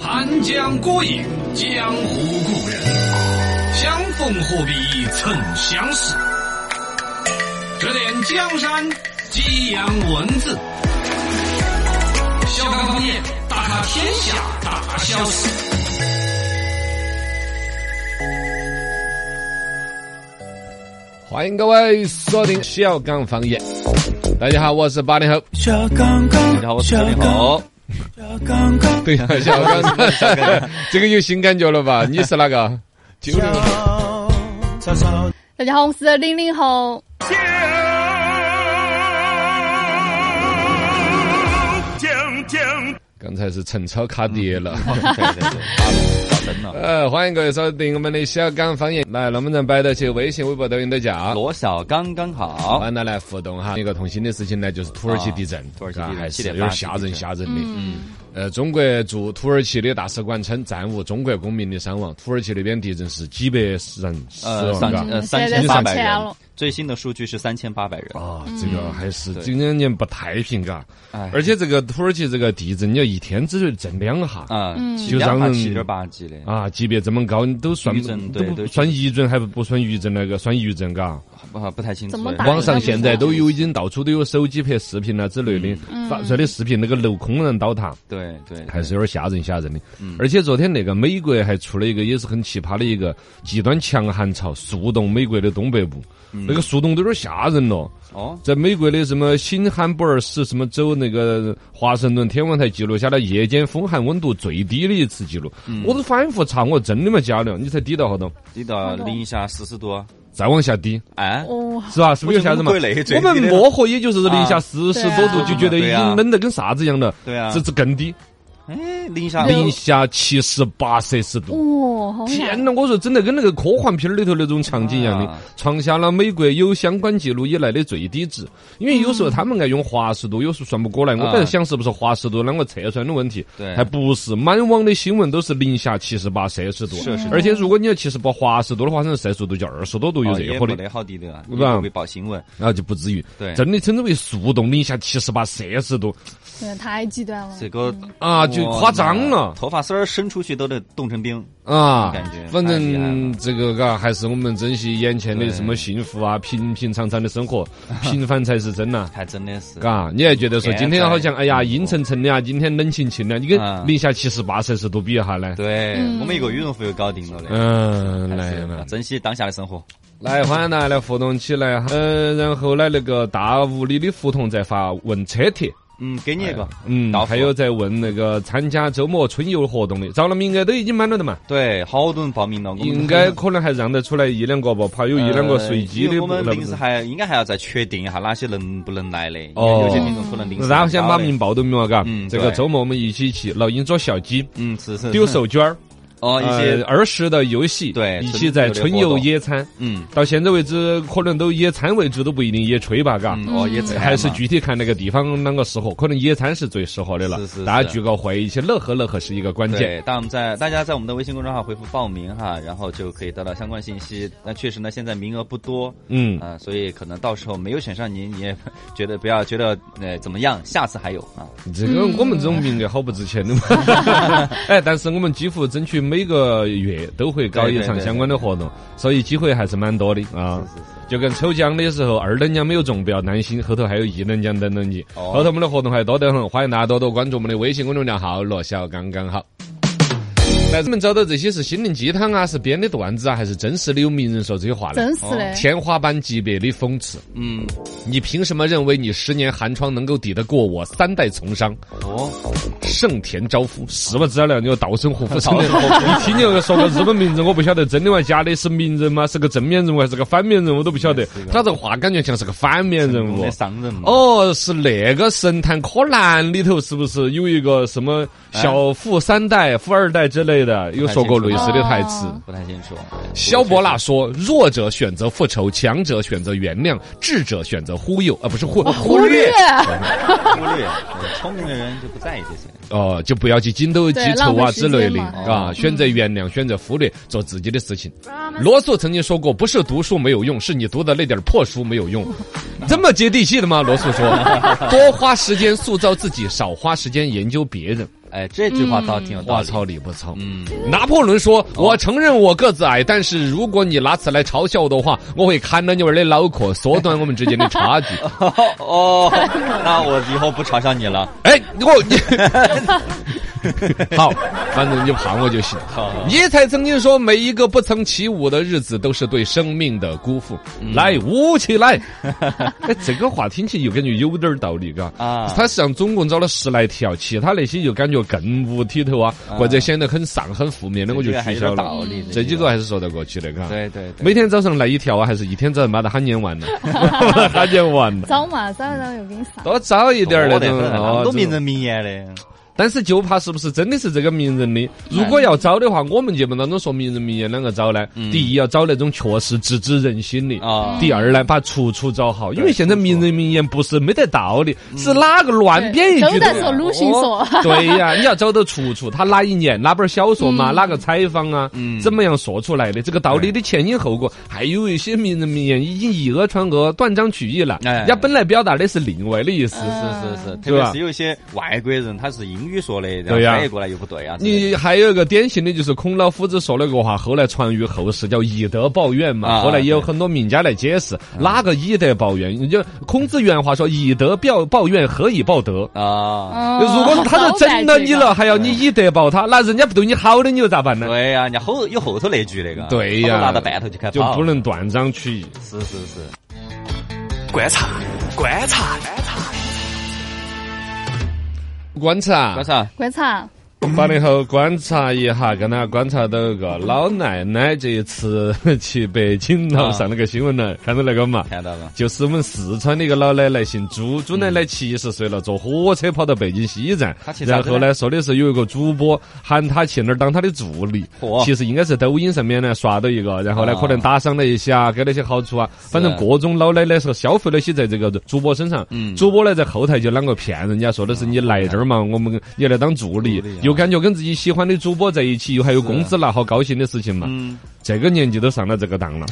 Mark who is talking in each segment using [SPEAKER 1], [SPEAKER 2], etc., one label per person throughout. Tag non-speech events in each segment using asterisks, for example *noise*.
[SPEAKER 1] 谈江孤影，江湖故人，相逢何必曾相识。指点江山，激扬文字，小刚方面大咖天下大小事。
[SPEAKER 2] 欢迎各位锁定小岗方言。大家好，我是八零后。
[SPEAKER 3] 小刚刚，
[SPEAKER 4] 你好，我是陈林好。
[SPEAKER 3] 小刚刚，
[SPEAKER 2] 对呀、小岗，这个有新感觉了吧？你是哪个？九零后。
[SPEAKER 3] 小小
[SPEAKER 5] 大家好，我是零零后。
[SPEAKER 2] 刚才是陈超卡碟了。
[SPEAKER 4] 对对对，打灯了。
[SPEAKER 2] 呃，欢迎各位收听我们的小岗方言。来，能不能摆到起微信、微博、抖音都叫？
[SPEAKER 4] 罗小刚刚好，
[SPEAKER 2] 完了来互动哈，一个痛心的事情呢，就是土耳其地震，
[SPEAKER 4] 土耳其地震
[SPEAKER 2] 啊
[SPEAKER 4] 嗯
[SPEAKER 2] 还是
[SPEAKER 4] 七点
[SPEAKER 2] 有
[SPEAKER 4] 八
[SPEAKER 2] 点吓人吓人的。呃，中国驻土耳其的大使馆称暂无中国公民的伤亡，土耳其那边地震是几百人死
[SPEAKER 4] 呃，
[SPEAKER 2] 亡，
[SPEAKER 4] 上
[SPEAKER 2] 嘎
[SPEAKER 4] 呃
[SPEAKER 5] 嗯
[SPEAKER 4] 三
[SPEAKER 5] 现在
[SPEAKER 4] 千八
[SPEAKER 5] 上
[SPEAKER 4] 百
[SPEAKER 5] 千
[SPEAKER 4] 人
[SPEAKER 5] 了，
[SPEAKER 4] 最新的数据是三千八百人。
[SPEAKER 2] 啊，这个还是
[SPEAKER 4] 呃嗯对
[SPEAKER 2] 这两年不太平嘎，
[SPEAKER 4] 哎
[SPEAKER 2] 而且这个土耳其这个地震，你要一天只震两下
[SPEAKER 4] 啊，
[SPEAKER 5] 嗯
[SPEAKER 2] 就让人
[SPEAKER 4] 七点八级的，
[SPEAKER 2] 啊，级别这么高，你都算
[SPEAKER 4] 余震
[SPEAKER 2] 都
[SPEAKER 4] 对
[SPEAKER 2] 不
[SPEAKER 4] 对
[SPEAKER 2] 算余震，还不不算余震那个，算余震嘎。
[SPEAKER 4] 啊不太清楚
[SPEAKER 5] 怎么。打
[SPEAKER 2] 网上
[SPEAKER 5] 应该不
[SPEAKER 2] 现在
[SPEAKER 5] 算
[SPEAKER 2] 都有已经到处都有手机拍视频了之类的
[SPEAKER 4] 嗯
[SPEAKER 2] 发出来的视频，那个楼空然倒塌，
[SPEAKER 4] 对对，
[SPEAKER 2] 还是有点吓人吓人的。而且昨天那个美国还出了一个也是很奇葩的一个极端强寒潮速冻美国的东北部，那个速冻都有点吓人了。
[SPEAKER 4] 哦，
[SPEAKER 2] 在美国的什么新罕布尔市什么州那个华盛顿天文台记录下了夜间风寒温度最低的一次记录，我都反复查，我真的没假的，你才低到好多，
[SPEAKER 4] 低到零下四十度，
[SPEAKER 2] 再往下低
[SPEAKER 4] 哎，
[SPEAKER 5] 哦，
[SPEAKER 2] 是吧？是不是有吓人嘛？
[SPEAKER 4] 我觉得乌龟那最
[SPEAKER 2] 我
[SPEAKER 4] 低的
[SPEAKER 2] 们漠河也就是零下
[SPEAKER 4] 啊
[SPEAKER 2] 四十多度
[SPEAKER 5] 对啊
[SPEAKER 2] 就觉得已
[SPEAKER 4] 对啊
[SPEAKER 2] 经冷得跟啥子一样了，
[SPEAKER 4] 对啊
[SPEAKER 2] 这这更低，
[SPEAKER 4] 哎，零下
[SPEAKER 2] 零下七十八摄氏度。
[SPEAKER 5] 哦，好
[SPEAKER 2] 天
[SPEAKER 5] 难。
[SPEAKER 2] 呐！我说真的，跟那个科幻片儿里头那种场景一样的
[SPEAKER 4] 啊，
[SPEAKER 2] 创下了美国有相关记录以来的最低值。因为有时候他们爱用华氏度，有时候算不过来。我
[SPEAKER 4] 嗯啊
[SPEAKER 2] 本来想是不是华氏度啷个测算的问题，
[SPEAKER 4] 对
[SPEAKER 2] 还不是。满网的新闻都是零下七十八摄氏度啊
[SPEAKER 4] 摄氏，度
[SPEAKER 2] 而且如果你要七十八华氏度的话，可能摄氏度就二十多度有热乎
[SPEAKER 4] 火
[SPEAKER 2] 的，
[SPEAKER 4] 的好低啊
[SPEAKER 2] 是
[SPEAKER 4] 的，
[SPEAKER 2] 吧
[SPEAKER 4] 会报新闻。
[SPEAKER 2] 然后就不至于。
[SPEAKER 4] 对
[SPEAKER 2] 真的称之为速冻零下七十八摄氏度
[SPEAKER 5] 真的太极端了。
[SPEAKER 4] 这个
[SPEAKER 2] 啊，就
[SPEAKER 4] 我
[SPEAKER 2] 夸张了。
[SPEAKER 4] 头发丝儿伸出去都得冻成冰。
[SPEAKER 2] 啊
[SPEAKER 4] 感觉，
[SPEAKER 2] 反
[SPEAKER 4] 太厉害
[SPEAKER 2] 正
[SPEAKER 4] 了
[SPEAKER 2] 这个嘎，还是我们珍惜眼前的
[SPEAKER 4] 对
[SPEAKER 2] 什么幸福
[SPEAKER 4] *laughs*
[SPEAKER 2] 啊，平平常常的生活，平凡才是真呐、
[SPEAKER 4] 还真的是，
[SPEAKER 2] 嘎，你还觉得说
[SPEAKER 4] 天
[SPEAKER 2] 今天
[SPEAKER 4] 灾
[SPEAKER 2] 好像哎呀
[SPEAKER 4] 人祸
[SPEAKER 2] 阴沉沉的啊，今天冷清清的，你跟
[SPEAKER 4] 啊
[SPEAKER 2] 零下七十八摄氏度比一下呢？
[SPEAKER 4] 对、
[SPEAKER 5] 嗯
[SPEAKER 4] 我们一个羽绒服又搞定了嘞。
[SPEAKER 2] 嗯，
[SPEAKER 4] 还
[SPEAKER 2] 来
[SPEAKER 4] 是
[SPEAKER 2] 了，
[SPEAKER 4] 珍惜当下的生活。
[SPEAKER 2] 来欢迎大家来互动起来哈。呃，然后呢，那个大屋里的胡同在发问车贴，
[SPEAKER 4] 嗯，给你一个，
[SPEAKER 2] 嗯，
[SPEAKER 4] 到付
[SPEAKER 2] 还有在问那个参加周末春游活动的，找了名额都已经满了的嘛，
[SPEAKER 4] 对，好多人报名了，我们
[SPEAKER 2] 应该可能还让得出来一两个吧，怕有一两个随机的
[SPEAKER 4] 呃因为
[SPEAKER 2] 不
[SPEAKER 4] 我们
[SPEAKER 2] 能
[SPEAKER 4] 临时还应该还要再确定一下哪些能不能来的，因为
[SPEAKER 2] 哦
[SPEAKER 4] 有些听众可能临时
[SPEAKER 2] 然后先
[SPEAKER 4] 想
[SPEAKER 2] 把名报都明了，嘎
[SPEAKER 4] 嗯。
[SPEAKER 2] 这个
[SPEAKER 4] 对
[SPEAKER 2] 周末我们一起去老鹰捉小鸡，
[SPEAKER 4] 嗯是是
[SPEAKER 2] 丢手绢儿，
[SPEAKER 4] 哦 *laughs* 一
[SPEAKER 2] 呃
[SPEAKER 4] 些
[SPEAKER 2] 儿时的游戏，
[SPEAKER 4] 对
[SPEAKER 2] 一起在春游野餐。
[SPEAKER 4] 嗯
[SPEAKER 2] 到现在为止，可能都野餐为主，都不一定野炊吧，嘎。
[SPEAKER 4] 嗯哦也菜
[SPEAKER 2] 还是
[SPEAKER 4] 嘛
[SPEAKER 2] 具体看那个地方啷个适合，可能野餐是最适合的了。
[SPEAKER 4] 是是
[SPEAKER 2] 大家
[SPEAKER 4] 是
[SPEAKER 2] 聚个会，一起乐呵乐呵是一个关键。
[SPEAKER 4] 对，当我们在大家在我们的微信公众号回复报名哈，然后就可以得到相关信息。那确实呢，现在名额不多，
[SPEAKER 2] 嗯，
[SPEAKER 4] 啊、所以可能到时候没有选上您，你也觉得不要觉得呃怎么样，下次还有啊。
[SPEAKER 2] 这个我们这种名额好不值钱的嘛。 *laughs* 哎，但是我们几乎争取每个月都会搞一场相关的活动，所以机会还是蛮多的啊。
[SPEAKER 4] 是是是
[SPEAKER 2] 就跟抽奖的时候，二等奖没有中不要担心，后头还有一等奖等着你。
[SPEAKER 4] 哦
[SPEAKER 2] 后头我们的活动还多得很，欢迎大家多多关注我们的微信公众号“罗小刚刚好”。来，我们找到这些是心灵鸡汤啊，是编的段子啊，还是真实的有名人说这些话的？
[SPEAKER 5] 真是的，
[SPEAKER 2] 哦天花板级别的讽刺，
[SPEAKER 4] 嗯，
[SPEAKER 2] 你凭什么认为你十年寒窗能够抵得过我三代从商？
[SPEAKER 4] 哦，
[SPEAKER 2] 盛田昭夫，什么资料？你有稻盛和夫真的？
[SPEAKER 4] 稻盛和夫
[SPEAKER 2] *laughs* 一听你说个日本名字，我不晓得真的还是假的，是名人吗？是个正面人物还是个反面人物？我都不晓得。他这个话感觉像是个反面人
[SPEAKER 4] 我
[SPEAKER 2] 物
[SPEAKER 4] 们的。商人嘛，
[SPEAKER 2] 哦，是那个《神探柯南》里头是不是有一个什么小富三代、富二代之类的，有说过类似的台词？
[SPEAKER 5] 哦
[SPEAKER 4] 不太清楚。
[SPEAKER 2] 萧伯纳说：“弱者选择复仇，强者选择原谅，智者选择忽悠，啊，不是忽忽
[SPEAKER 5] 忽略
[SPEAKER 2] 略。
[SPEAKER 4] 忽略，呃聪明的人就不在意这些。
[SPEAKER 2] 哦，就不要去筋斗记
[SPEAKER 5] 对
[SPEAKER 2] 仇啊
[SPEAKER 5] 浪费
[SPEAKER 2] 之
[SPEAKER 5] 时间
[SPEAKER 2] 类的
[SPEAKER 5] 嘛
[SPEAKER 4] 哦
[SPEAKER 2] 啊，选择原谅，选择忽略，做自己的事情。罗素曾经说过，不是读书没有用，是你读的那点破书没有用。 *laughs* 这么
[SPEAKER 4] *laughs*
[SPEAKER 2] 接地气的吗？罗素说，多花时间塑造自己，少花时间研究别人。
[SPEAKER 4] 哎，这句话倒挺有道
[SPEAKER 2] 话
[SPEAKER 4] 理。
[SPEAKER 2] 糙理不糙。
[SPEAKER 4] 嗯，
[SPEAKER 2] 拿破仑说：“我承认我个子矮，但是如果你拿此来嘲笑我的话，我会砍了你们的脑壳，缩短我们之间的差
[SPEAKER 4] *laughs*
[SPEAKER 2] 距。
[SPEAKER 4] 哦，那我以后不嘲笑你了。”
[SPEAKER 2] 哎，我你 *laughs* 好，反正你怕我就行。
[SPEAKER 4] 好好
[SPEAKER 2] 尼采曾经说：“每一个不曾起舞的日子，都是对生命的辜负。
[SPEAKER 4] 嗯
[SPEAKER 2] 来，舞起
[SPEAKER 4] *laughs*
[SPEAKER 2] 来！”哎，这个话听起又感觉有点儿道理，嘎。
[SPEAKER 4] 啊
[SPEAKER 2] 他实际上总共找了十来条，其他那些就感觉更无剔头啊，或者显得很丧、很负面的，我就
[SPEAKER 4] 这个还
[SPEAKER 2] 取
[SPEAKER 4] 有
[SPEAKER 2] 消
[SPEAKER 4] 点
[SPEAKER 2] 了。
[SPEAKER 4] 道理。
[SPEAKER 2] 这几个还是说得过去的，嘎。
[SPEAKER 4] 对对对，
[SPEAKER 2] 每天早上来一条啊，还是一天早上把它喊念完
[SPEAKER 4] *laughs*
[SPEAKER 2] 了， *laughs* 把它喊念完了。
[SPEAKER 5] 早嘛，早上有给你撒。
[SPEAKER 2] 多找一点儿那
[SPEAKER 4] 多得
[SPEAKER 2] 种，
[SPEAKER 4] 很
[SPEAKER 2] 哦
[SPEAKER 4] 很多
[SPEAKER 2] 这
[SPEAKER 4] 名
[SPEAKER 2] 种
[SPEAKER 4] 人名言的。
[SPEAKER 2] 但是就怕是不是真的是这个名人的？如果要找的话，我们节目当中说名人名言啷个找呢？第一要找那种确实直指人心的。
[SPEAKER 4] 嗯啊
[SPEAKER 2] 第二呢，把出处找好，因为
[SPEAKER 4] 对嗯
[SPEAKER 2] 现在名人名言不是没得道理，是哪个乱编一句
[SPEAKER 5] 都在
[SPEAKER 2] 都
[SPEAKER 5] 说鲁迅说，
[SPEAKER 2] 哦对呀，你要找到出处，他哪一年哪本小说嘛，哪个采访啊，
[SPEAKER 4] 嗯
[SPEAKER 2] 怎么样说出来的？这个道理的前因后果，还有一些名人名言已经以讹传讹、断章取义了，
[SPEAKER 4] 哎
[SPEAKER 2] 人家本来表达的是另外的意思。
[SPEAKER 4] 是是是，特
[SPEAKER 2] 对
[SPEAKER 4] 别
[SPEAKER 2] 吧
[SPEAKER 4] 是有一些外国人，他是英语说的，然
[SPEAKER 2] 对
[SPEAKER 4] 后
[SPEAKER 2] 呀
[SPEAKER 4] 翻译过来又不对啊。之类的
[SPEAKER 2] 你还有一个典型的就是孔老夫子说了个话，后来传于后世，叫以德报怨嘛。
[SPEAKER 4] 啊
[SPEAKER 2] 后来也有
[SPEAKER 4] 对
[SPEAKER 2] 很多名家来解释，哪个以德报怨？就孔子原话说：“以德报报怨，何以报德？”
[SPEAKER 4] 啊，
[SPEAKER 5] 嗯
[SPEAKER 2] 如果他都整了你，
[SPEAKER 5] 早
[SPEAKER 2] 了，还要你以德报他，那人家不对你好的，你又咋办呢？
[SPEAKER 4] 对呀，人家后有后头那句那个，
[SPEAKER 2] 对
[SPEAKER 4] 后
[SPEAKER 2] 呀，
[SPEAKER 4] 头拿到半头就开
[SPEAKER 2] 就
[SPEAKER 4] 跑
[SPEAKER 2] 不能啊断章取义。
[SPEAKER 4] 是是是，
[SPEAKER 1] 观察，观察，
[SPEAKER 2] 观察
[SPEAKER 4] 观，察
[SPEAKER 5] 观察，
[SPEAKER 2] 八零后观察一下，跟大家观察到一个老奶奶这一次 *laughs* 去北京了，
[SPEAKER 4] 啊
[SPEAKER 2] 上了个新闻了，看到那个嘛？
[SPEAKER 4] 看到了，
[SPEAKER 2] 就是我们四川的一个老奶奶，姓朱，朱奶奶七十岁了，坐火车跑到北京西站
[SPEAKER 4] 嗯她，去啥
[SPEAKER 2] 然
[SPEAKER 4] 子呢
[SPEAKER 2] 后呢，说的是有一个主播喊她去那儿当她的助理
[SPEAKER 4] 嚯，
[SPEAKER 2] 其实应该是抖音上面呢刷到一个，然后呢
[SPEAKER 4] 啊
[SPEAKER 2] 可能打赏了一下，给了一些好处啊，反正各种老奶奶是消费了些在这个主播身上，
[SPEAKER 4] 嗯
[SPEAKER 2] 主播呢在后台就啷个骗人家，说的是你来这儿嘛，我们你来当助理
[SPEAKER 4] 啊助理啊，啊
[SPEAKER 2] 又感觉跟自己喜欢的主播在一起，又还有工资拿，好高兴的事情嘛。
[SPEAKER 4] 嗯，
[SPEAKER 2] 这个年纪都上了这个当了，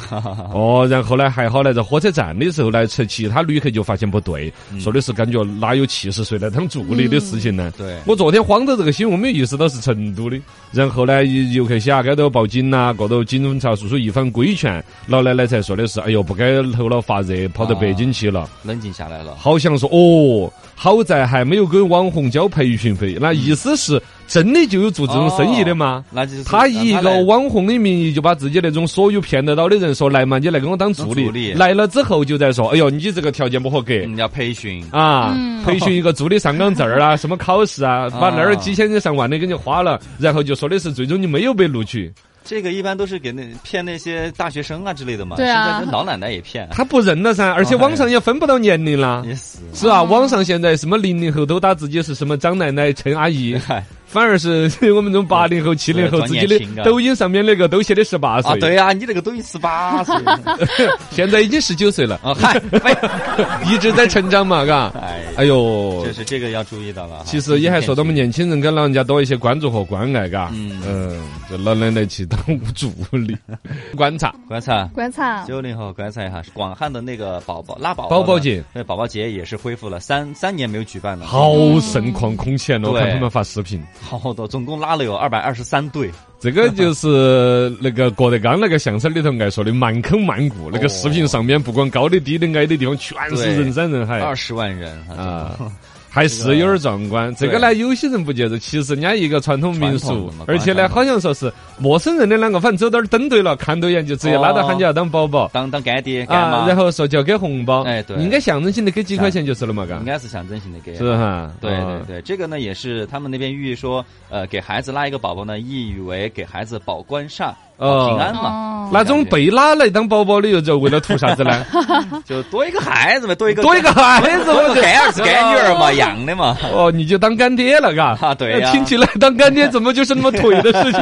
[SPEAKER 2] 哦，然后呢，还好呢，在火车站的时候呢，其其他旅客就发现不对，说的是感觉哪有七十岁来当助理的事情呢？
[SPEAKER 4] 对
[SPEAKER 2] 我昨天慌到这个新闻，没有意识到是成都的，然后呢，游游客下街都报警啦，过头警察叔叔一番规劝，老奶奶才说的是，哎呦，不该头脑发热，跑到北京去了。
[SPEAKER 4] 冷静下来了，
[SPEAKER 2] 好想说哦，好在还没有给网红交培训费，那意思是真的就有做这种生意的吗？
[SPEAKER 4] 哦那就是
[SPEAKER 2] 他以一个
[SPEAKER 4] 让
[SPEAKER 2] 网红的名义，就把自己那种所有骗得到的人说来嘛，你来给我当助
[SPEAKER 4] 当助理嗯
[SPEAKER 2] 理。来了之后就在说，哎呦，你这个条件不合格
[SPEAKER 4] 他来人家培训，
[SPEAKER 2] 啊
[SPEAKER 5] 嗯！
[SPEAKER 2] 培训一个助理上岗证儿
[SPEAKER 4] *laughs*
[SPEAKER 2] 啊，什么考试啊，把那儿几千人上万的给你花了，然后就说的是最终你没有被录
[SPEAKER 4] *laughs*
[SPEAKER 2] 取，
[SPEAKER 4] 这个一般都是给那骗那些大学生啊之类的嘛，
[SPEAKER 5] 对啊
[SPEAKER 4] 现在这老奶奶
[SPEAKER 2] *laughs*
[SPEAKER 4] 也骗，
[SPEAKER 2] 他不认了噻，而且网上也分不到年龄啦。
[SPEAKER 4] 哦哎也嗯是，
[SPEAKER 2] 是啊，网上现在什么零零后都打自己是什么张奶奶、陈阿
[SPEAKER 4] *laughs*
[SPEAKER 2] 姨，
[SPEAKER 4] 嗨
[SPEAKER 2] 反而是 *laughs* 我们这种八零后、七零后
[SPEAKER 4] 装
[SPEAKER 2] 自己
[SPEAKER 4] 年
[SPEAKER 2] 的
[SPEAKER 4] 轻啊
[SPEAKER 2] 抖音上面那个都写的十八
[SPEAKER 4] 啊，
[SPEAKER 2] 岁，
[SPEAKER 4] 对呀，你那个都已经十
[SPEAKER 2] *laughs*
[SPEAKER 4] 八岁了
[SPEAKER 2] 现在已经十九岁了，
[SPEAKER 4] 啊，嗨， *laughs* 喂，啊
[SPEAKER 2] 一直在成长嘛，嘎。
[SPEAKER 4] 哎，
[SPEAKER 2] 哎呦
[SPEAKER 4] 就，是这个要注意到了哈。
[SPEAKER 2] 其实也还说到我们
[SPEAKER 4] 年
[SPEAKER 2] 年轻人跟老人家多一些关注和关爱，嘎。
[SPEAKER 4] 嗯
[SPEAKER 2] 嗯，这老奶奶去当助
[SPEAKER 4] *laughs*
[SPEAKER 2] 理，观察。
[SPEAKER 4] 观察。
[SPEAKER 5] 观察，
[SPEAKER 4] 九零后观察一下，广汉的那个宝宝拉宝
[SPEAKER 2] 宝宝
[SPEAKER 4] 呢
[SPEAKER 2] 节，
[SPEAKER 4] 对宝宝节也是恢复了三三年没有举办了，
[SPEAKER 2] 好盛况空前哦！
[SPEAKER 4] 对
[SPEAKER 2] 看他们发视频，
[SPEAKER 4] 好多，总共拉了有二百二十三队，
[SPEAKER 2] 这个就是那个郭德纲那个相声里头爱说的“满坑满谷”，
[SPEAKER 4] 哦
[SPEAKER 2] 那个视频上面不管高的、低的、矮的地方，全是人山人海
[SPEAKER 4] 二十万人啊，
[SPEAKER 2] 啊。
[SPEAKER 4] *laughs*
[SPEAKER 2] 还是有点壮观，这个呢，有些人不接受。其实人家一个传统民
[SPEAKER 4] 传统
[SPEAKER 2] 俗
[SPEAKER 4] 的嘛，
[SPEAKER 2] 而且呢，
[SPEAKER 4] 传统
[SPEAKER 2] 好像说是陌生人的啷个，反正走到那儿登对了，看对眼就直接
[SPEAKER 4] 哦
[SPEAKER 2] 拉到喊你要当宝宝
[SPEAKER 4] 当当干爹干
[SPEAKER 2] 啊，
[SPEAKER 4] 妈，
[SPEAKER 2] 然后说就要给红包，
[SPEAKER 4] 哎对
[SPEAKER 2] 应该象征性的给几块钱就是了嘛，嘎
[SPEAKER 4] 应，该是象征性的给。
[SPEAKER 2] 是哈，
[SPEAKER 4] 对对
[SPEAKER 2] 啊
[SPEAKER 4] 对，这个呢也是他们那边寓意说，呃，给孩子拉一个宝宝呢，意语为给孩子保官煞、保
[SPEAKER 2] 哦
[SPEAKER 4] 平安嘛
[SPEAKER 5] 哦。
[SPEAKER 2] 那种被
[SPEAKER 4] 北
[SPEAKER 2] 拉来当宝宝的又就为了图啥子
[SPEAKER 4] *laughs*
[SPEAKER 2] 呢？
[SPEAKER 4] 就多一个孩子呗，多一个
[SPEAKER 2] 多一个孩子，
[SPEAKER 4] 多
[SPEAKER 2] 我
[SPEAKER 4] 一个
[SPEAKER 2] 就
[SPEAKER 4] 干儿子干女儿嘛， *laughs* 养
[SPEAKER 2] *laughs*
[SPEAKER 4] 的嘛。
[SPEAKER 2] 哦，你就当干爹了，嘎。
[SPEAKER 4] 啊对呀
[SPEAKER 2] 听起来当干爹怎么就是那么腿的
[SPEAKER 4] *laughs*
[SPEAKER 2] 事情？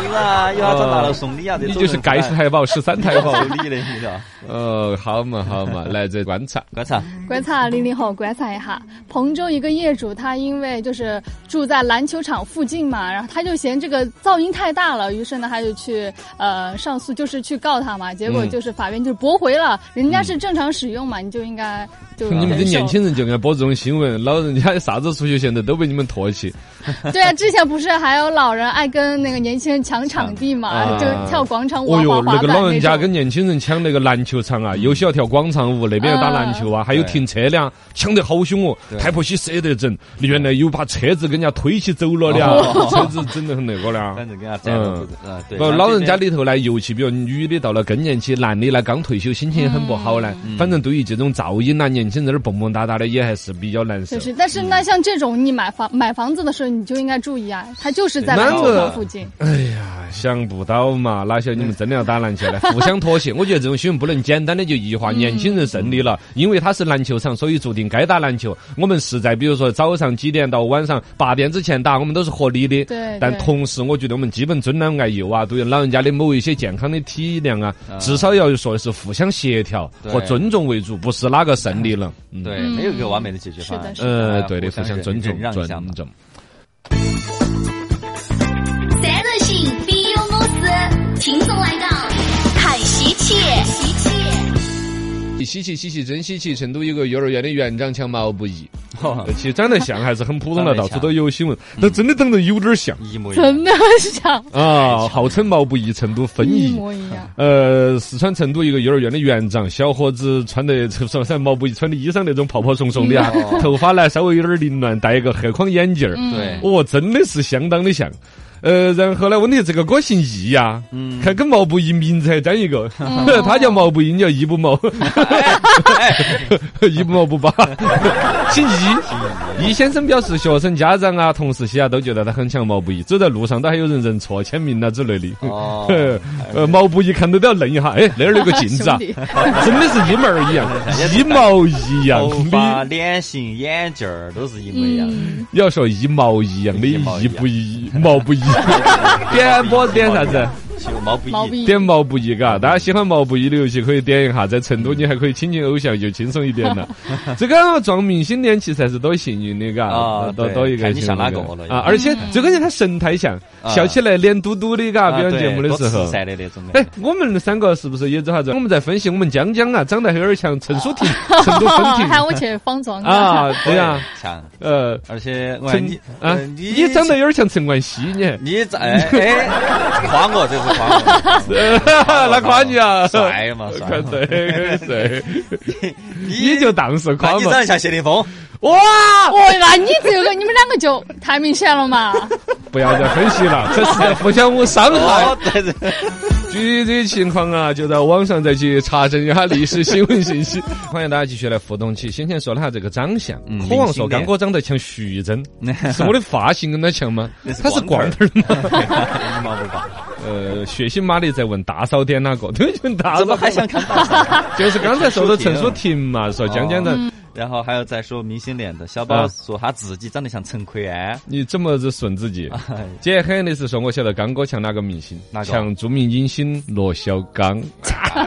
[SPEAKER 4] 是啊，又要长大了送礼啊，这
[SPEAKER 2] 你就是盖世太保十三太 *laughs*
[SPEAKER 4] 太 *laughs*
[SPEAKER 2] 保
[SPEAKER 4] 好。礼的，你知道？哦
[SPEAKER 2] 呃，好嘛好嘛，来这观察。
[SPEAKER 4] 观察，
[SPEAKER 5] 观察零零后，观察一下，彭州一个业主，他因为就是住在篮球场附近嘛，然后他就嫌这个噪音太大了，于是呢，他就去呃上诉，就是去告他嘛，结果
[SPEAKER 2] 嗯
[SPEAKER 5] 就是法院就驳回了，人家是正常使用嘛，你就应该就
[SPEAKER 2] 你们这
[SPEAKER 5] 忍受
[SPEAKER 2] 年轻人就爱播这种新闻，老人家啥子出去现在都被你们唾弃。
[SPEAKER 5] *laughs* 对啊，之前不是还有老人爱跟那个年轻人抢场地嘛，
[SPEAKER 2] 啊
[SPEAKER 5] 就跳广场舞、啊
[SPEAKER 2] 哦
[SPEAKER 5] 滑
[SPEAKER 2] 哟，
[SPEAKER 5] 滑
[SPEAKER 2] 那
[SPEAKER 5] 板
[SPEAKER 2] 个老人家
[SPEAKER 5] 种
[SPEAKER 2] 跟年轻人抢那个篮球场啊，有些要跳广场舞，那边要打篮球啊，还有
[SPEAKER 4] 嗯对
[SPEAKER 2] 停车辆抢得好凶哦，
[SPEAKER 4] 对
[SPEAKER 2] 太婆媳舍得整，原来有把车子跟人家推起走了的啊， *laughs* 车子整得很那个的
[SPEAKER 4] *laughs*
[SPEAKER 2] 啊。
[SPEAKER 4] 单子跟他站了，啊，哦对，
[SPEAKER 2] 不，老人家里头呢，尤其比如女的到了更年期，男的呢刚退休，心情也很不好呢。
[SPEAKER 4] 嗯
[SPEAKER 2] 反正对于这种噪音啊，年轻人在这儿蹦蹦哒哒的，也还是比较难受
[SPEAKER 5] 就。是，但是那像这种你买房买房子的时候，你就应该注意啊，它就是在
[SPEAKER 2] 那
[SPEAKER 5] 篮球
[SPEAKER 2] 个
[SPEAKER 5] 场附近。
[SPEAKER 2] 哎呀，想不到嘛，哪晓得你们真的要打篮球呢？互相妥协，我觉得这种新闻不能简单的就异
[SPEAKER 4] 嗯
[SPEAKER 2] 化。年轻人胜利了，因为他是篮球场，所以注定该打篮球。我们是在比如说早上几点到晚上八点之前打，我们都是合理的。
[SPEAKER 5] 对
[SPEAKER 2] 但
[SPEAKER 5] 对
[SPEAKER 2] 同时，我觉得我们基本尊老爱幼啊，对老人家的某一些健康的体谅啊，至少要说是互相协调
[SPEAKER 4] 对
[SPEAKER 2] 和尊重为主，不是哪个胜利了。嗯，
[SPEAKER 4] 对，没有一个完美的解决方案。
[SPEAKER 2] 呃，
[SPEAKER 4] 大家
[SPEAKER 2] 对的，互
[SPEAKER 4] 互相
[SPEAKER 2] 相
[SPEAKER 4] 忍
[SPEAKER 2] 尊重
[SPEAKER 4] 忍让，一下嘛
[SPEAKER 2] 尊重。
[SPEAKER 6] 三人行必有我师，轻松来搞，看稀奇，稀奇，
[SPEAKER 2] 稀奇稀奇，真稀奇！成都有个幼儿园的园长叫毛不易，
[SPEAKER 4] 啊
[SPEAKER 2] 其实长得像还是很普通的，
[SPEAKER 4] 长
[SPEAKER 2] 到
[SPEAKER 4] 得像
[SPEAKER 2] 处都有新闻，但真的长得有点像
[SPEAKER 4] *laughs* 一模一样
[SPEAKER 5] 真。的像
[SPEAKER 2] 啊！号称毛不易成都分
[SPEAKER 5] 一
[SPEAKER 2] 易。
[SPEAKER 5] 模一样，
[SPEAKER 2] 呃，四川成都一个幼儿园的园长，小伙子穿的 *laughs* 算算毛不易穿的衣裳那种泡泡松松的啊，头发呢稍微有点凌乱，戴一个黑框眼镜儿，
[SPEAKER 4] 对，
[SPEAKER 2] 哦，真的是相当的像。呃，然后呢，问题这个哥姓易呀、看跟毛不易名字还沾一个， *laughs* 他叫毛不易，你叫易不毛， *laughs* 易不毛不巴，姓易。易先生表示，学生、家长啊、同事些啊都觉得他很像毛不易，走在路上都还有人认错、签名啊之类的。
[SPEAKER 4] 哦，
[SPEAKER 2] *laughs* 呃，毛不易看到都要愣一下，哎，那儿有个镜子啊
[SPEAKER 5] 兄，弟
[SPEAKER 2] 真的是一模儿一样，一毛一样
[SPEAKER 4] 头发、
[SPEAKER 2] 的。
[SPEAKER 4] 脸型、眼镜儿都是一模一样。
[SPEAKER 2] 要说一毛一样的，
[SPEAKER 4] 一毛一
[SPEAKER 2] 一
[SPEAKER 4] 样
[SPEAKER 2] 不一毛
[SPEAKER 4] *laughs*
[SPEAKER 2] 不一，点播点啥子？
[SPEAKER 4] 就毛嗯不
[SPEAKER 5] 毛不
[SPEAKER 4] 易，
[SPEAKER 5] 易
[SPEAKER 2] 点毛不易，嘎，大家喜欢毛不易的游戏可以点一下，在成都你还可以亲近偶像，就轻松一点
[SPEAKER 4] *laughs*
[SPEAKER 2] 了。这个撞明星脸其实还是多幸运的，嘎，
[SPEAKER 4] 啊
[SPEAKER 2] 多
[SPEAKER 4] 对
[SPEAKER 2] 多一个
[SPEAKER 4] 看你
[SPEAKER 2] 幸运
[SPEAKER 4] 想哪
[SPEAKER 2] 的
[SPEAKER 4] 个了嗯
[SPEAKER 2] 啊！而且最关键他神态像，
[SPEAKER 4] 啊
[SPEAKER 2] 笑起来脸嘟嘟的，嘎，
[SPEAKER 4] 啊
[SPEAKER 2] 表演节目的时
[SPEAKER 4] 对多
[SPEAKER 2] 候
[SPEAKER 4] 慈。善的那种感
[SPEAKER 2] 哎
[SPEAKER 4] 觉。，
[SPEAKER 2] 我们三个是不是也走啥子？我们在分析我们江江啊，长得还有点像陈淑
[SPEAKER 4] *laughs*
[SPEAKER 2] 婷，成都
[SPEAKER 5] *laughs*
[SPEAKER 2] 分
[SPEAKER 5] 哦喊
[SPEAKER 2] 婷
[SPEAKER 5] 我去方
[SPEAKER 2] *laughs*
[SPEAKER 5] 庄啊，
[SPEAKER 2] 啊，对呀，
[SPEAKER 4] 强，
[SPEAKER 2] 呃，
[SPEAKER 4] 而且我看
[SPEAKER 2] 陈
[SPEAKER 4] 你
[SPEAKER 2] 啊
[SPEAKER 4] 呃，你
[SPEAKER 2] 你长得有点像陈冠希，你还。
[SPEAKER 4] 你在哎，夸我这是夸
[SPEAKER 2] *laughs*
[SPEAKER 4] 我，
[SPEAKER 2] 那夸你啊，
[SPEAKER 4] 帅
[SPEAKER 2] *laughs*
[SPEAKER 4] 嘛帅
[SPEAKER 2] 看谁谁，你
[SPEAKER 4] 你
[SPEAKER 2] 就当是
[SPEAKER 4] 那
[SPEAKER 2] 夸
[SPEAKER 4] 你
[SPEAKER 2] 嘛
[SPEAKER 4] 长，得像谢霆
[SPEAKER 2] *laughs*
[SPEAKER 4] 锋，
[SPEAKER 2] 哇！
[SPEAKER 5] 我那你这个你们两个就太明显了嘛，
[SPEAKER 2] 不要再分析 *laughs* 了，这是在互相我伤害
[SPEAKER 4] 哦。，对对，
[SPEAKER 2] 具体情况啊，就到网上再去查证一下历史新闻信息。 *laughs* 嗯欢迎大家继续来互动起。先前说了下这个长相，渴望说刚哥长得像徐 *laughs* 峥，是我的发型跟他像 *laughs* 吗？他是光头吗？
[SPEAKER 4] 一毛不拔，
[SPEAKER 2] *laughs* 呃，血腥玛丽在问大嫂点哪个？ *laughs* 对，问大
[SPEAKER 4] *laughs* 怎么
[SPEAKER 2] 嫂，
[SPEAKER 4] 还想看大嫂？
[SPEAKER 2] 就是刚才说的
[SPEAKER 4] *laughs*
[SPEAKER 2] 陈淑婷
[SPEAKER 4] 啊
[SPEAKER 2] 嘛，说江江的。
[SPEAKER 4] 哦然后还有再说明星脸的，小
[SPEAKER 2] 啊
[SPEAKER 4] 宝说他自己长得像陈奎安，
[SPEAKER 2] 你怎么子损自己？
[SPEAKER 4] 哎
[SPEAKER 2] 姐很的是说，我晓得刚哥像哪个明星
[SPEAKER 4] 哪，个
[SPEAKER 2] 像著名影星罗小
[SPEAKER 4] *laughs*
[SPEAKER 2] 刚。 *laughs*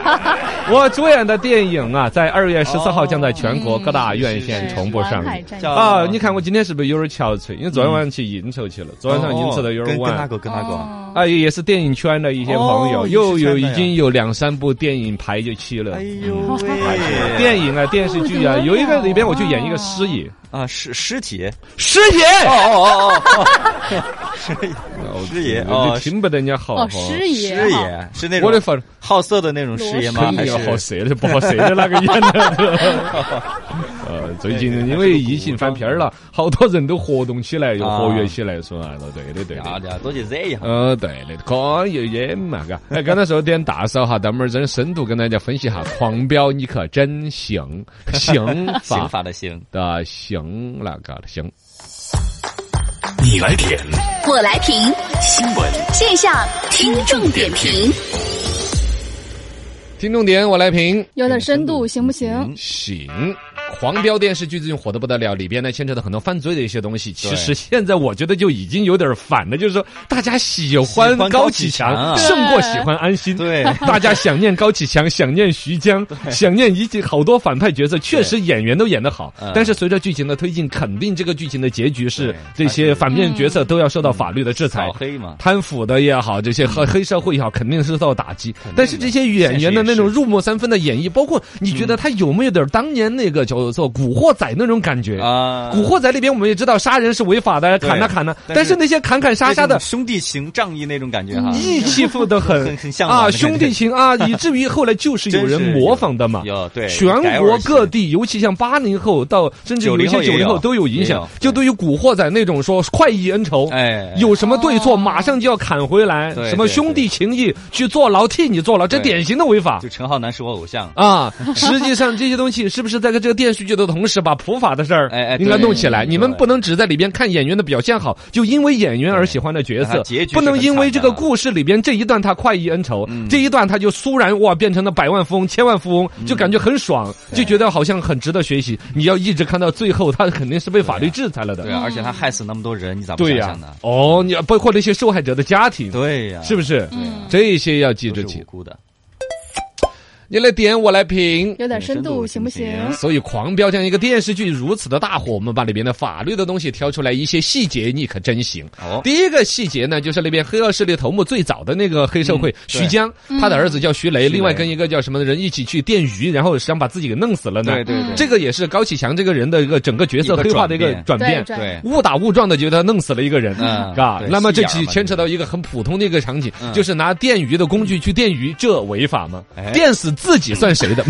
[SPEAKER 2] 我主演的电影啊，在二月十四号将在全国各大院线重播上
[SPEAKER 5] 是是是
[SPEAKER 2] 映。
[SPEAKER 5] 是
[SPEAKER 4] 叫
[SPEAKER 2] 啊，你看我今天是不是有点憔悴？因为昨天晚上去应酬去了，昨晚上已经吃的有点
[SPEAKER 4] 哦跟跟哪
[SPEAKER 2] 晚。
[SPEAKER 4] 个跟哪个？
[SPEAKER 5] 哦
[SPEAKER 2] 啊，也是电影圈的一些朋友，
[SPEAKER 4] 哦
[SPEAKER 2] 又有
[SPEAKER 4] 影视圈的
[SPEAKER 2] 已
[SPEAKER 4] 呀
[SPEAKER 2] 经有两三部电影排就期了
[SPEAKER 4] 哎。呦喂，
[SPEAKER 2] 电影啊，电视剧啊，
[SPEAKER 5] 不得了
[SPEAKER 2] 有一个里边我就演一个师爷，
[SPEAKER 4] 啊尸尸体，
[SPEAKER 2] 师爷，
[SPEAKER 4] 哦哦哦 *laughs* 哦，师爷
[SPEAKER 2] 我
[SPEAKER 4] 哦
[SPEAKER 2] 就听不得人家好。
[SPEAKER 5] 哦，
[SPEAKER 2] 好
[SPEAKER 5] 师爷
[SPEAKER 4] 师
[SPEAKER 5] 哈
[SPEAKER 4] 爷是那
[SPEAKER 2] 我的
[SPEAKER 4] 种
[SPEAKER 2] 份儿
[SPEAKER 4] 好色的那种师爷吗？
[SPEAKER 2] 肯
[SPEAKER 4] 还
[SPEAKER 2] 定
[SPEAKER 4] 是
[SPEAKER 2] 要好色的，不好色的那个演 *laughs* 的。呃，最近因为疫情翻篇儿了，好多人都活动起来，又
[SPEAKER 4] 啊
[SPEAKER 2] 活跃起来，说啊，对的，对
[SPEAKER 4] 要
[SPEAKER 2] 的。
[SPEAKER 4] 要多去惹一下。
[SPEAKER 2] 呃，对的，可以演嘛，嘎。哎，刚才说点大嫂哈，咱们真深度跟大家分析下，狂飙你可真行，行 *laughs*
[SPEAKER 4] 刑
[SPEAKER 2] 法
[SPEAKER 4] 法的刑，
[SPEAKER 2] 的行那个的行。
[SPEAKER 1] 你来点
[SPEAKER 6] 我来评
[SPEAKER 1] 新闻，
[SPEAKER 6] 线下听众点评。
[SPEAKER 2] 听重点，我来评嗯
[SPEAKER 5] 有点深度行不行？
[SPEAKER 2] 行。黄标电视剧这种火的不得了，里边呢牵扯到很多犯罪的一些东西。其实现在我觉得就已经有点反了，就是说大家喜欢
[SPEAKER 4] 喜欢
[SPEAKER 2] 高
[SPEAKER 4] 高
[SPEAKER 2] 启
[SPEAKER 4] 启
[SPEAKER 2] 强
[SPEAKER 4] 强啊
[SPEAKER 2] 胜过喜欢安心，
[SPEAKER 4] 对
[SPEAKER 2] *laughs* 大家想念高启强，想念徐江，想念一些好多反派角色，确实演员都演得好
[SPEAKER 4] 嗯，
[SPEAKER 2] 但是随着剧情的推进，肯定这个剧情的结局是
[SPEAKER 4] 对嗯
[SPEAKER 2] 这些反面角色都要受到法律的制裁
[SPEAKER 4] 扫。黑嘛，
[SPEAKER 2] 贪腐的也好，这些
[SPEAKER 4] 嗯
[SPEAKER 2] 黑黑社会也好，肯定是受到打击。但是这些演员的那种入木三分的演绎，包括你觉得他有没有点当年那个叫做《古惑仔》那种感觉？
[SPEAKER 4] 啊
[SPEAKER 2] 古惑仔》里边我们也知道杀人是违法的，
[SPEAKER 4] 对
[SPEAKER 2] 砍呐砍呐，
[SPEAKER 4] 但是
[SPEAKER 2] 但是那些砍砍杀杀的啊嗯
[SPEAKER 4] 那种兄弟情、仗义那种感觉哈， *laughs*
[SPEAKER 2] 义气负得很
[SPEAKER 4] 很很向往
[SPEAKER 2] 啊，
[SPEAKER 4] 的感觉
[SPEAKER 2] 兄弟情
[SPEAKER 4] *laughs*
[SPEAKER 2] 啊，以至于后来就是有人
[SPEAKER 4] 真是有
[SPEAKER 2] 模仿的嘛。
[SPEAKER 4] 有对，
[SPEAKER 2] 全
[SPEAKER 4] 改
[SPEAKER 2] 国
[SPEAKER 4] 耳型
[SPEAKER 2] 各地，尤其像八零后到甚至有一
[SPEAKER 4] 90
[SPEAKER 2] 些
[SPEAKER 4] 后
[SPEAKER 2] 九
[SPEAKER 4] 也
[SPEAKER 2] 零
[SPEAKER 4] 有
[SPEAKER 2] 后都有影
[SPEAKER 4] 也
[SPEAKER 2] 响
[SPEAKER 4] 有。
[SPEAKER 2] 就对于《古惑仔》那种说快意恩仇，
[SPEAKER 4] 哎，
[SPEAKER 2] 有什么对错马上就要砍回来，
[SPEAKER 4] 对
[SPEAKER 2] 什么
[SPEAKER 4] 对
[SPEAKER 2] 兄弟情谊去坐牢替你坐牢，这
[SPEAKER 4] 对
[SPEAKER 2] 典型的违法
[SPEAKER 4] 就。陈浩南是我偶像，
[SPEAKER 2] 啊，实际上这些东西是不是在这个电视剧的同时，把 *laughs* 普法的事儿
[SPEAKER 4] 哎哎
[SPEAKER 2] 应该
[SPEAKER 4] 对
[SPEAKER 2] 弄起来？
[SPEAKER 4] 对
[SPEAKER 2] 你们不能只在里边看演员的表现好，就因为演员而喜欢的角
[SPEAKER 4] 对
[SPEAKER 2] 色
[SPEAKER 4] 它结局，是
[SPEAKER 2] 不能
[SPEAKER 4] 很
[SPEAKER 2] 因为
[SPEAKER 4] 惨
[SPEAKER 2] 这
[SPEAKER 4] 的嗯
[SPEAKER 2] 个故事里边这一段他快意恩仇，这一段他就倏然哇变成了百万富翁、千万富翁，就感觉很爽，就觉得好像很值得学习。你要一直看到最后，他肯定是被法律制裁了的
[SPEAKER 4] 对。啊，而且他害死那么多人，你咋不
[SPEAKER 2] 对呀
[SPEAKER 4] 想想呢？，
[SPEAKER 2] 哦，你包括那些受害者的家庭，
[SPEAKER 4] 对呀，
[SPEAKER 2] 是不
[SPEAKER 4] 是
[SPEAKER 2] 是？
[SPEAKER 5] 嗯，
[SPEAKER 2] 这些要记
[SPEAKER 4] 都
[SPEAKER 2] 着
[SPEAKER 4] 是无
[SPEAKER 2] 起。
[SPEAKER 4] 辜的？
[SPEAKER 2] 你来点，我来评。
[SPEAKER 5] 有点深度行不行？
[SPEAKER 2] 所以，《狂飙》这样一个电视剧如此的大火，我们把里边的法律的东西挑出来一些细节，你可真行。
[SPEAKER 4] 哦，
[SPEAKER 2] 第一个细节呢，就是那边黑恶势力头目最早的那个黑社会
[SPEAKER 4] 嗯对
[SPEAKER 2] 徐江，他的儿子叫徐雷，
[SPEAKER 4] 雷
[SPEAKER 2] 另外跟一个叫什么的人一起去电鱼，然后想把自己给弄死了呢
[SPEAKER 4] 对。对对，
[SPEAKER 2] 这个也是高启强这个人的一个整个角色
[SPEAKER 4] 一个
[SPEAKER 2] 黑化的一个转变
[SPEAKER 5] 对，转
[SPEAKER 4] 对
[SPEAKER 2] *laughs* 误打误撞的觉得弄死了一个人，
[SPEAKER 4] 嗯
[SPEAKER 2] 是吧？
[SPEAKER 4] 对
[SPEAKER 2] 那么这起
[SPEAKER 4] 戏眼儿嘛
[SPEAKER 2] 牵扯到一个很普通的一个场景，
[SPEAKER 4] 嗯
[SPEAKER 2] 就是拿电鱼的工具去电鱼，这违法吗？
[SPEAKER 4] 哎
[SPEAKER 2] 电死自己算谁 *laughs* 的？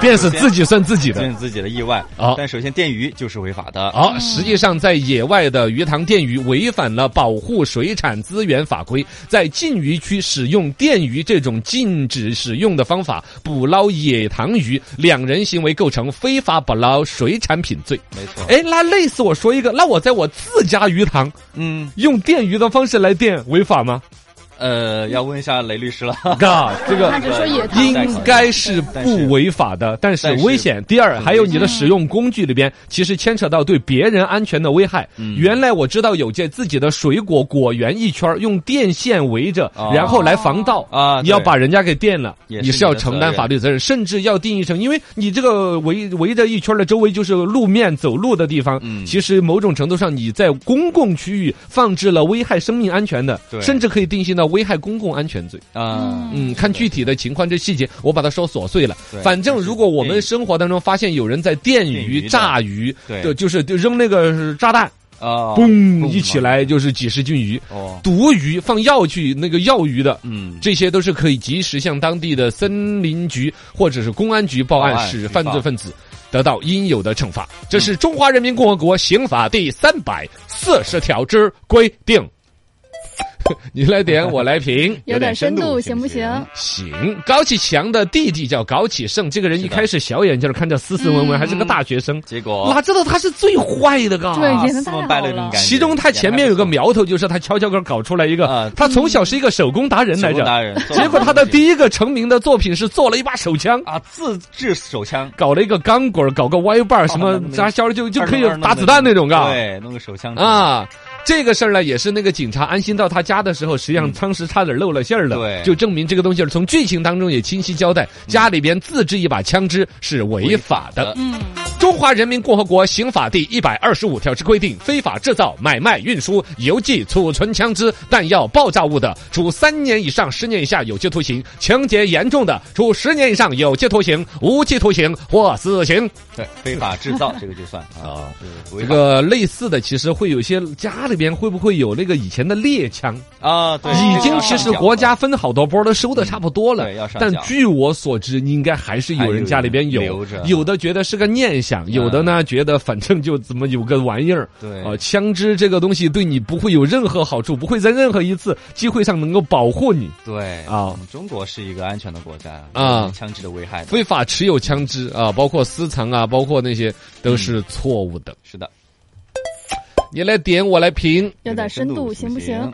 [SPEAKER 2] 电死自己算自己
[SPEAKER 4] 这
[SPEAKER 2] 的啊
[SPEAKER 4] 是。自己的意外
[SPEAKER 2] 哦
[SPEAKER 4] 但首先电鱼就是违法的，
[SPEAKER 2] 好、实际上在野外的鱼塘电鱼违反了保护水产资源法规，在禁渔区使用电鱼这种禁止使用的方法捕捞野塘鱼，两人行为构成非法捕捞水产品罪。
[SPEAKER 4] 没错。
[SPEAKER 2] 哎，那类似我说一个，那我在我自家鱼塘
[SPEAKER 4] 嗯，
[SPEAKER 2] 用电鱼的方式来电违法吗？
[SPEAKER 4] 呃，要问一下雷律师了。
[SPEAKER 2] 嘎， *laughs* 啊这个
[SPEAKER 5] 他只说野
[SPEAKER 4] 一
[SPEAKER 5] 塘，
[SPEAKER 2] 应该是不违法的，但是
[SPEAKER 4] 但是
[SPEAKER 2] 危险。第二，还有你的使用工具里边，其实牵扯到对别人安全的危害。
[SPEAKER 4] 嗯
[SPEAKER 2] 原来我知道有些自己的水果果园一圈儿用电线围着
[SPEAKER 4] 哦，
[SPEAKER 2] 然后来防盗
[SPEAKER 4] 啊
[SPEAKER 2] 你要
[SPEAKER 4] 对
[SPEAKER 2] 把人家给电了，
[SPEAKER 4] 也
[SPEAKER 2] 你
[SPEAKER 4] 是
[SPEAKER 2] 是要
[SPEAKER 4] 你的责
[SPEAKER 2] 承担
[SPEAKER 4] 任
[SPEAKER 2] 法律责任，甚至要定义成，因为你这个围围着一圈儿的周围就是路面走路的地方，
[SPEAKER 4] 嗯
[SPEAKER 2] 其实某种程度上你在公共区域放置了危害生命安全的，
[SPEAKER 4] 对
[SPEAKER 2] 甚至可以定性到危害公共安全罪。
[SPEAKER 4] 啊，
[SPEAKER 2] 嗯，看具体的情况，这细节我把它说琐碎了。
[SPEAKER 4] 对
[SPEAKER 2] 反正如果我
[SPEAKER 4] 电
[SPEAKER 2] 们
[SPEAKER 4] 鱼
[SPEAKER 2] 生活当中发现有人在电
[SPEAKER 4] 电
[SPEAKER 2] 鱼
[SPEAKER 4] 鱼、的
[SPEAKER 2] 炸鱼，
[SPEAKER 4] 对
[SPEAKER 2] 就就是就扔那个炸弹，
[SPEAKER 4] 啊，
[SPEAKER 2] 嘣
[SPEAKER 4] 嘛
[SPEAKER 2] 一起来就是几十斤鱼，
[SPEAKER 4] 哦，
[SPEAKER 2] 毒鱼放药去那个药鱼的。
[SPEAKER 4] 嗯，
[SPEAKER 2] 这些都是可以及时向当地的森林局或者是公安局报
[SPEAKER 4] 报
[SPEAKER 2] 案，
[SPEAKER 4] 案
[SPEAKER 2] 使
[SPEAKER 4] 举
[SPEAKER 2] 犯
[SPEAKER 4] 报
[SPEAKER 2] 罪分子得到应有的惩罚。这是《中华人民共和国刑法》第三百四十条之规定。 *laughs* 你来点，我来评。
[SPEAKER 5] 有点深
[SPEAKER 4] 有
[SPEAKER 5] 度
[SPEAKER 4] 点
[SPEAKER 5] 行
[SPEAKER 4] 深
[SPEAKER 5] 不
[SPEAKER 4] 度
[SPEAKER 5] 行？
[SPEAKER 4] 行
[SPEAKER 2] 行，高启强的弟弟叫高启盛，这个人一
[SPEAKER 4] 是的
[SPEAKER 2] 开始小眼睛儿看着斯斯文文，
[SPEAKER 5] 嗯
[SPEAKER 2] 还是个大学生，
[SPEAKER 4] 结果啊
[SPEAKER 2] 哪知道他是最坏的嘎。
[SPEAKER 5] 对也是
[SPEAKER 4] 斯
[SPEAKER 5] 太
[SPEAKER 4] 文
[SPEAKER 5] 好
[SPEAKER 4] 败类那
[SPEAKER 5] 了
[SPEAKER 4] 种感觉。
[SPEAKER 2] 其中他前面有个苗头，就是他悄悄个搞出来一个
[SPEAKER 4] 啊，
[SPEAKER 2] 他从小是一个手工达人来
[SPEAKER 4] 手工达
[SPEAKER 2] 着，
[SPEAKER 4] 人，
[SPEAKER 2] 结果他的第一个成名的作品是做了一把手枪。
[SPEAKER 4] 啊自制手枪。
[SPEAKER 2] 搞了一个钢管儿，搞个歪把儿，什么
[SPEAKER 4] 哦那么
[SPEAKER 2] 扎销就就可以
[SPEAKER 4] 二弄二弄
[SPEAKER 2] 打子弹那种，嘎。
[SPEAKER 4] 对，弄个手枪，
[SPEAKER 2] *laughs* 啊。这个事儿呢，也是那个警察安心到他家的时候，实际上当时差点露了馅儿了。
[SPEAKER 4] 对
[SPEAKER 2] 就证明这个东西儿从剧情当中也清晰交代，家里边自制一把枪支是违法的。
[SPEAKER 5] 嗯，
[SPEAKER 2] 《中华人民共和国刑法》第一百二十五条之规定，非法制造、买卖、运输、邮寄、储存枪支、弹药、爆炸物的，处三年以上十年以下有期徒刑；情节严重的，处十年以上有期徒刑、无期徒刑或死刑。
[SPEAKER 4] 对，非法制造这个就算
[SPEAKER 2] *laughs*
[SPEAKER 4] 啊，
[SPEAKER 2] 啊。
[SPEAKER 4] 对
[SPEAKER 2] 这
[SPEAKER 4] 违法
[SPEAKER 2] 个类似的，其实会有些家里边会不会有那个以前的猎枪？
[SPEAKER 4] 啊，对，
[SPEAKER 2] 已经
[SPEAKER 4] 要
[SPEAKER 2] 其
[SPEAKER 4] 上
[SPEAKER 2] 实
[SPEAKER 4] 缴
[SPEAKER 2] 国家分好多波都收的差不多了
[SPEAKER 4] 嗯对要，上
[SPEAKER 2] 但
[SPEAKER 4] 缴
[SPEAKER 2] 据我所知，应该还是有人家里边
[SPEAKER 4] 还有
[SPEAKER 2] 有
[SPEAKER 4] 留着，嗯
[SPEAKER 2] 有的觉得是个念想，有的呢觉得反正就怎么有个玩意儿。
[SPEAKER 4] 对
[SPEAKER 2] 啊，枪支这个东西对你不会有任何好处，不会在任何一次机会上能够保护你。
[SPEAKER 4] 对
[SPEAKER 2] 啊
[SPEAKER 4] 我们中国是一个安全的国家
[SPEAKER 2] 啊
[SPEAKER 4] 枪支的危害的
[SPEAKER 2] 非法持有枪支啊，包括私藏啊，包括那些都
[SPEAKER 4] 嗯
[SPEAKER 2] 是错误的。
[SPEAKER 4] 是的，
[SPEAKER 2] 你来点，我来评。
[SPEAKER 5] 有点深度行不行？？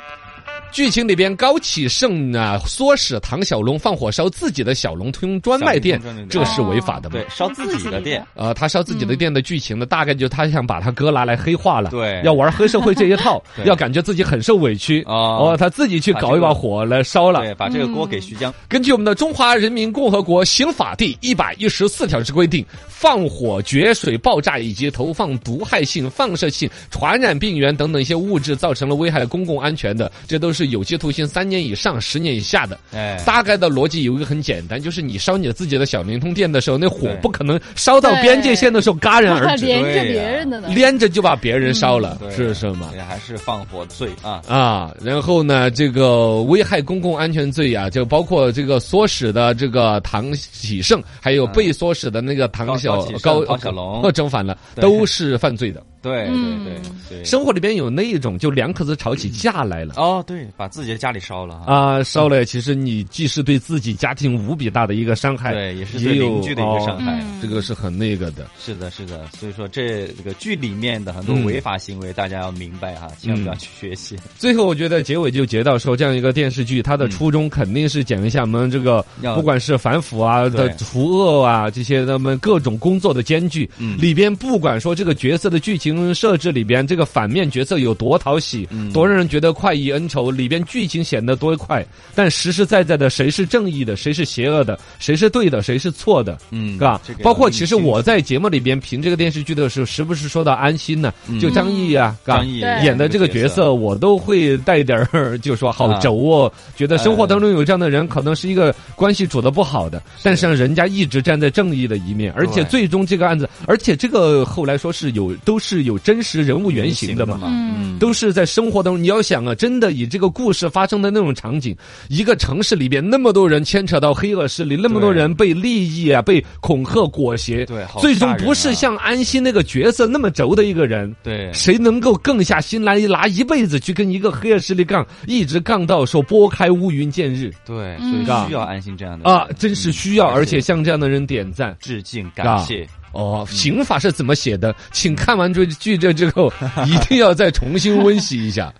[SPEAKER 2] 剧情里边，高启盛啊唆使唐小龙放火烧自己的小龙通专卖店
[SPEAKER 4] 小龙通专
[SPEAKER 2] 这
[SPEAKER 4] 卖店，
[SPEAKER 2] 是违法的嘛？
[SPEAKER 4] 对，烧自己的店，
[SPEAKER 2] 呃，他烧自己的店的剧情呢，大概就他想把他哥拿来黑化了，
[SPEAKER 4] 对，
[SPEAKER 2] 要玩黑社会这一套
[SPEAKER 4] *laughs* 对
[SPEAKER 2] 要感觉自己很受委屈
[SPEAKER 4] 哦
[SPEAKER 2] 他自己去搞一把火来烧了。
[SPEAKER 4] 对，把这个锅
[SPEAKER 2] 嗯
[SPEAKER 4] 给徐江。
[SPEAKER 2] 根据我们的《中华人民共和国刑法》第一百一十四条之规定，放火、决水、爆炸以及投放毒害性、放射性、传染病原等等一些物质，造成了危害公共安全的，这都是有期徒刑三年以上十年以下的。
[SPEAKER 4] 哎，
[SPEAKER 2] 大概的逻辑有一个很简单，就是你烧你自己的小灵通店的时候，那火
[SPEAKER 4] 对
[SPEAKER 2] 不可能烧到边界线的时候戛然而止，
[SPEAKER 5] *laughs* 连着
[SPEAKER 4] 对呀
[SPEAKER 5] 别人的呢。
[SPEAKER 2] 连着就把别人烧了，
[SPEAKER 4] 嗯对
[SPEAKER 2] 是是吗？
[SPEAKER 4] 对还是放火罪啊？
[SPEAKER 2] 啊，然后呢，这个危害公共安全罪啊，就包括这个唆使的这个唐启盛，还有被唆使的那个唐小
[SPEAKER 4] 高高启盛
[SPEAKER 2] 高
[SPEAKER 4] 高
[SPEAKER 2] *laughs*
[SPEAKER 4] 小龙
[SPEAKER 2] 呃正反了，
[SPEAKER 4] 对
[SPEAKER 2] 都是犯罪的。
[SPEAKER 4] 对对
[SPEAKER 5] 嗯
[SPEAKER 4] 对对。
[SPEAKER 2] 生活里边有那一种，就两口子吵起架来了。
[SPEAKER 4] 哦，对，把自己的家里烧了啊！
[SPEAKER 2] 啊，烧了！其实你既是对自己家庭无比大的一个伤害，
[SPEAKER 4] 对，也是对
[SPEAKER 2] 有哦
[SPEAKER 4] 邻居的一个伤害。
[SPEAKER 5] 嗯
[SPEAKER 2] 这个是很那个的。
[SPEAKER 4] 是的，是的，所以说这这个剧里面的很多
[SPEAKER 2] 嗯
[SPEAKER 4] 违法行为，大家要明白哈，千万不要去学习。
[SPEAKER 2] 最后，我觉得结尾就结到说，这样一个电视剧，它的初衷肯定是讲一下我们这个
[SPEAKER 4] 嗯要
[SPEAKER 2] 不管是反腐啊
[SPEAKER 4] 对
[SPEAKER 2] 的除恶啊这些他们各种工作的艰巨。
[SPEAKER 4] 嗯
[SPEAKER 2] 里边不管说这个角色的剧情设置里边，这个反面角色有多讨喜
[SPEAKER 4] 嗯，
[SPEAKER 2] 多让人觉得快意恩仇，里边剧情显得多快，但实实在在的谁是正义的，谁是邪恶的，谁是对的，谁是错的，
[SPEAKER 4] 嗯
[SPEAKER 2] 是吧
[SPEAKER 4] 这个？
[SPEAKER 2] 包括
[SPEAKER 4] 要
[SPEAKER 2] 其实
[SPEAKER 4] 理清
[SPEAKER 2] 我在节目里边评这个电视剧的时候，时不时说到安心呢，就张译啊，是吧
[SPEAKER 4] 嗯张译
[SPEAKER 5] 对
[SPEAKER 2] 演的这个角，色，我都会带点儿， *laughs* 就说
[SPEAKER 4] 啊
[SPEAKER 2] 好轴哦。觉得生活当中有这样的人，可能是一个关系处的不好的，但是让人家一直站在正义的一面，而且
[SPEAKER 4] 对
[SPEAKER 2] 最终这个案子，而且这个后来说是有都是有真实人物原
[SPEAKER 4] 原
[SPEAKER 2] 型
[SPEAKER 4] 型
[SPEAKER 2] 的
[SPEAKER 4] 的
[SPEAKER 2] 嘛。
[SPEAKER 4] 嘛，
[SPEAKER 5] 嗯
[SPEAKER 2] 都是在生活当中，你要想啊，真的以这个故事发生的那种场景，一个城市里边那么多人牵扯到黑恶势力，那么多
[SPEAKER 4] 对
[SPEAKER 2] 人被利益啊、被恐吓裹挟，
[SPEAKER 4] 对好
[SPEAKER 2] 最
[SPEAKER 4] 吓
[SPEAKER 2] 终
[SPEAKER 4] 人
[SPEAKER 2] 不是
[SPEAKER 4] 啊
[SPEAKER 2] 像安心那个角色那么轴的一个人，
[SPEAKER 4] 对，
[SPEAKER 5] 嗯
[SPEAKER 2] 谁能够更下心来拿一辈子去跟一个黑暗势力杠，一直杠到说拨开乌云见日
[SPEAKER 4] 对，所以
[SPEAKER 5] 嗯
[SPEAKER 4] 需要安心这样的
[SPEAKER 2] 啊
[SPEAKER 4] 人，
[SPEAKER 2] 真是需要，
[SPEAKER 4] 嗯
[SPEAKER 2] 而且向这样的人点赞。
[SPEAKER 4] 致敬感谢。嗯
[SPEAKER 2] 哦，
[SPEAKER 4] *laughs*
[SPEAKER 2] 刑法是怎么写的？请看完这剧这之后，一定要再重新温习一下。